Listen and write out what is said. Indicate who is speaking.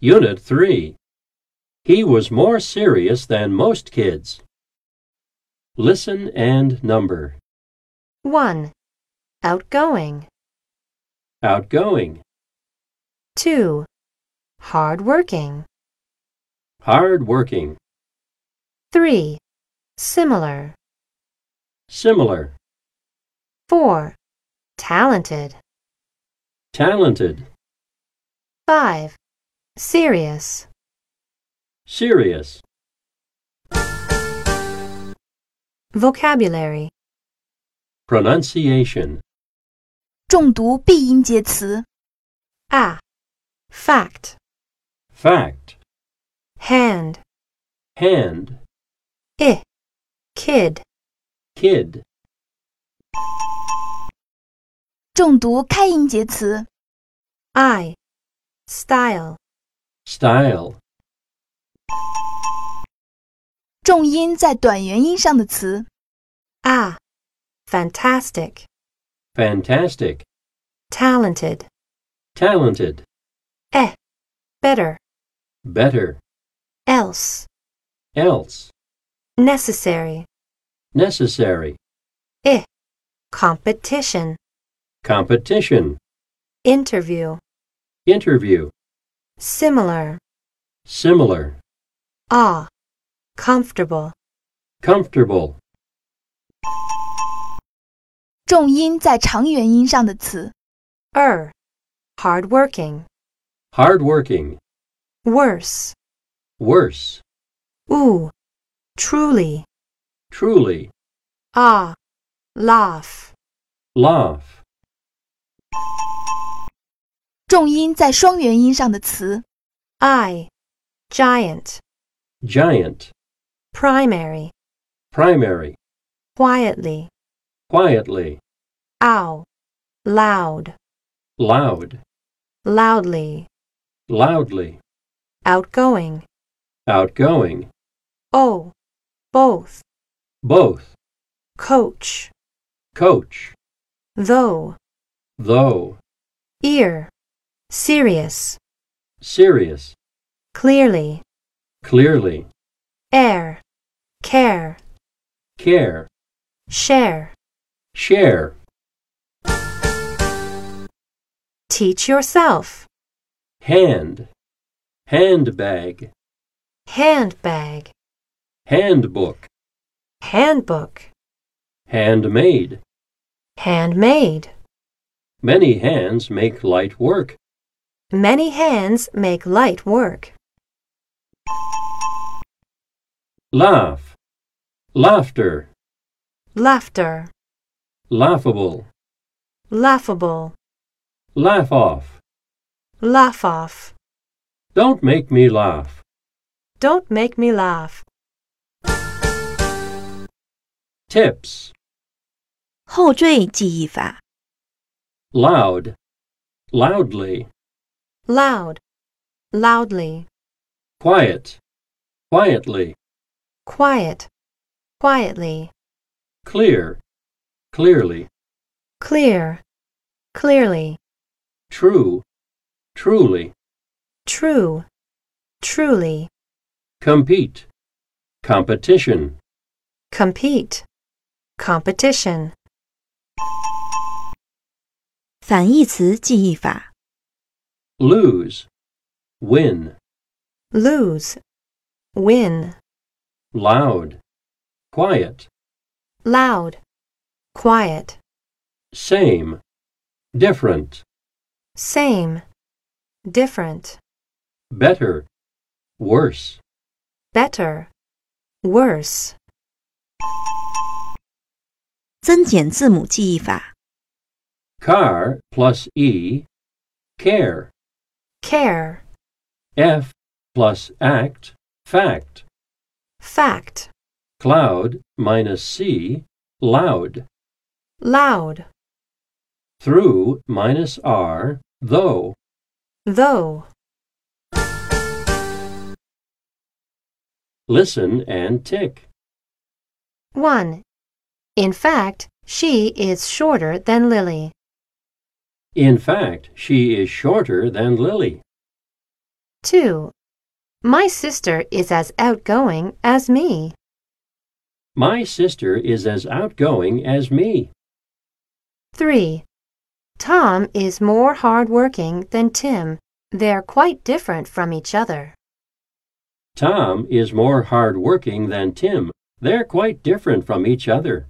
Speaker 1: Unit 3. He was more serious than most kids. Listen and number.
Speaker 2: 1. Outgoing.
Speaker 1: Outgoing,
Speaker 2: 2. Hardworking.
Speaker 1: hardworking,
Speaker 2: 3. Similar.
Speaker 1: similar,
Speaker 2: 4. Talented.
Speaker 1: talented,
Speaker 2: 5. Serious.
Speaker 1: serious.
Speaker 2: Vocabulary.
Speaker 1: Pronunciation.
Speaker 3: 重读闭音节词。啊
Speaker 2: A. Fact.
Speaker 1: Fact.
Speaker 2: Hand.
Speaker 1: Hand.
Speaker 2: I. Kid.
Speaker 1: Kid.
Speaker 3: 重读开音节词。
Speaker 2: I. Style.
Speaker 1: Style.
Speaker 3: 重音在短元音上的词。
Speaker 2: A. 啊 Fantastic.
Speaker 1: Fantastic.
Speaker 2: Talented.
Speaker 1: Talented.
Speaker 2: Eh. Better.
Speaker 1: Better.
Speaker 2: Else.
Speaker 1: Else.
Speaker 2: Necessary. eh,
Speaker 1: Necessary.
Speaker 2: Competition.
Speaker 1: Competition.
Speaker 2: Interview.
Speaker 1: Interview.
Speaker 2: Similar.
Speaker 1: Similar.
Speaker 2: Ah. Comfortable.
Speaker 1: Comfortable.
Speaker 3: 重音在长元音上的词。
Speaker 2: Er. Hardworking.
Speaker 1: Hardworking.
Speaker 2: Worse.
Speaker 1: Worse.
Speaker 2: Ooh. Truly.
Speaker 1: Truly.
Speaker 2: Ah. Laugh.
Speaker 1: Laugh.
Speaker 3: 重音在双元音上的词。
Speaker 2: I. Giant.
Speaker 1: Giant.
Speaker 2: Primary.
Speaker 1: Primary.
Speaker 2: Quietly.
Speaker 1: Quietly.
Speaker 2: Ow. Loud.
Speaker 1: Loud.
Speaker 2: Loudly.
Speaker 1: Loudly.
Speaker 2: Outgoing.
Speaker 1: Outgoing.
Speaker 2: Oh. Both.
Speaker 1: Both.
Speaker 2: Coach.
Speaker 1: Coach.
Speaker 2: Though.
Speaker 1: Though.
Speaker 2: Ear. Serious.
Speaker 1: Serious.
Speaker 2: Clearly.
Speaker 1: Clearly.
Speaker 2: Air. Care.
Speaker 1: Care.
Speaker 2: Share.
Speaker 1: Share.
Speaker 2: Teach yourself.
Speaker 1: hand, handbag,
Speaker 2: Handbag.
Speaker 1: handbook,
Speaker 2: Handbook.
Speaker 1: handmade.
Speaker 2: Handmade.
Speaker 1: Many hands make light work.
Speaker 2: Many hands make light work.
Speaker 1: Laugh, laughter,
Speaker 2: Laughter.
Speaker 1: laughable,
Speaker 2: Laughable.
Speaker 1: laugh off.
Speaker 2: Laugh off.
Speaker 1: Don't make me laugh.
Speaker 2: Don't make me laugh.
Speaker 1: Tips,
Speaker 4: 后缀记忆法。
Speaker 1: loud, loudly,
Speaker 2: Loud. Loudly.
Speaker 1: quiet, quietly,
Speaker 2: Quiet. Quietly.
Speaker 1: clear, clearly,
Speaker 2: Clear. Clearly.
Speaker 1: true, truly,
Speaker 2: True. Truly.
Speaker 1: compete, competition,
Speaker 2: Compete. Competition.
Speaker 4: 反义词记忆法。
Speaker 1: lose, win.
Speaker 2: Lose. Win.
Speaker 1: loud, quiet,
Speaker 2: Loud. Quiet.
Speaker 1: same, different,
Speaker 2: Same. Different.
Speaker 1: better, worse,
Speaker 2: Better. Worse.
Speaker 4: 增减字母记忆法。
Speaker 1: car plus E, care,
Speaker 2: Care.
Speaker 1: F plus act, fact,
Speaker 2: Fact.
Speaker 1: cloud minus C, loud,
Speaker 2: Loud.
Speaker 1: through minus R, though,
Speaker 2: Though.
Speaker 1: listen and tick.
Speaker 2: 1. In fact, she is shorter than Lily.
Speaker 1: In fact, she is shorter than Lily.
Speaker 2: 2. My sister is as outgoing as me.
Speaker 1: My sister is as outgoing as me.
Speaker 2: 3. Tom is more hardworking than Tim. They're quite different from each other.
Speaker 1: Tom is more hardworking than Tim. They're quite different from each other.